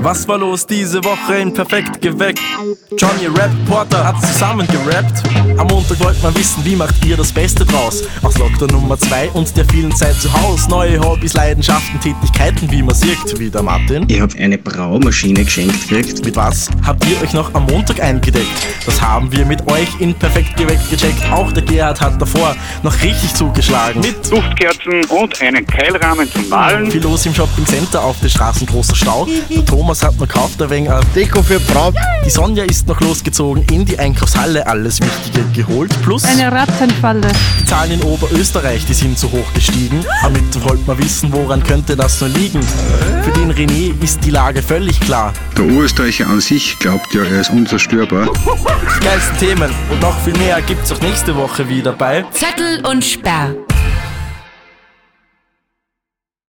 Was war los diese Woche in Perfekt geweckt? Johnny Rap Porter hat zusammen gerappt. Am Montag wollt man wissen, wie macht ihr das Beste draus? Aus Lockdown Nummer 2 und der vielen Zeit zu Haus. Neue Hobbys, Leidenschaften, Tätigkeiten, wie man sieht, wie der Martin. Ich habe eine Braumaschine geschenkt gekriegt. Mit was habt ihr euch noch am Montag eingedeckt? Das haben wir mit euch in Perfekt geweckt gecheckt. Auch der Gerhard hat davor noch richtig zugeschlagen. Mit Duftkerzen und einen Keilrahmen zum Malen. viel los im Shopping Center auf den Straßen großer Stau. Der Thomas hat noch gekauft, ein wenig äh, Deko für Braut. Die Sonja ist noch losgezogen in die Einkaufshalle, alles Wichtige geholt. Plus Eine Rattenfalle. die Zahlen in Oberösterreich, die sind so hoch gestiegen. Am Mittwoch wollte man wissen, woran könnte das nur liegen. Für den René ist die Lage völlig klar. Der Oberösterreicher an sich glaubt ja, er ist unzerstörbar. Die geilsten Themen und noch viel mehr gibt's auch nächste Woche wieder bei Zettel und Sperr.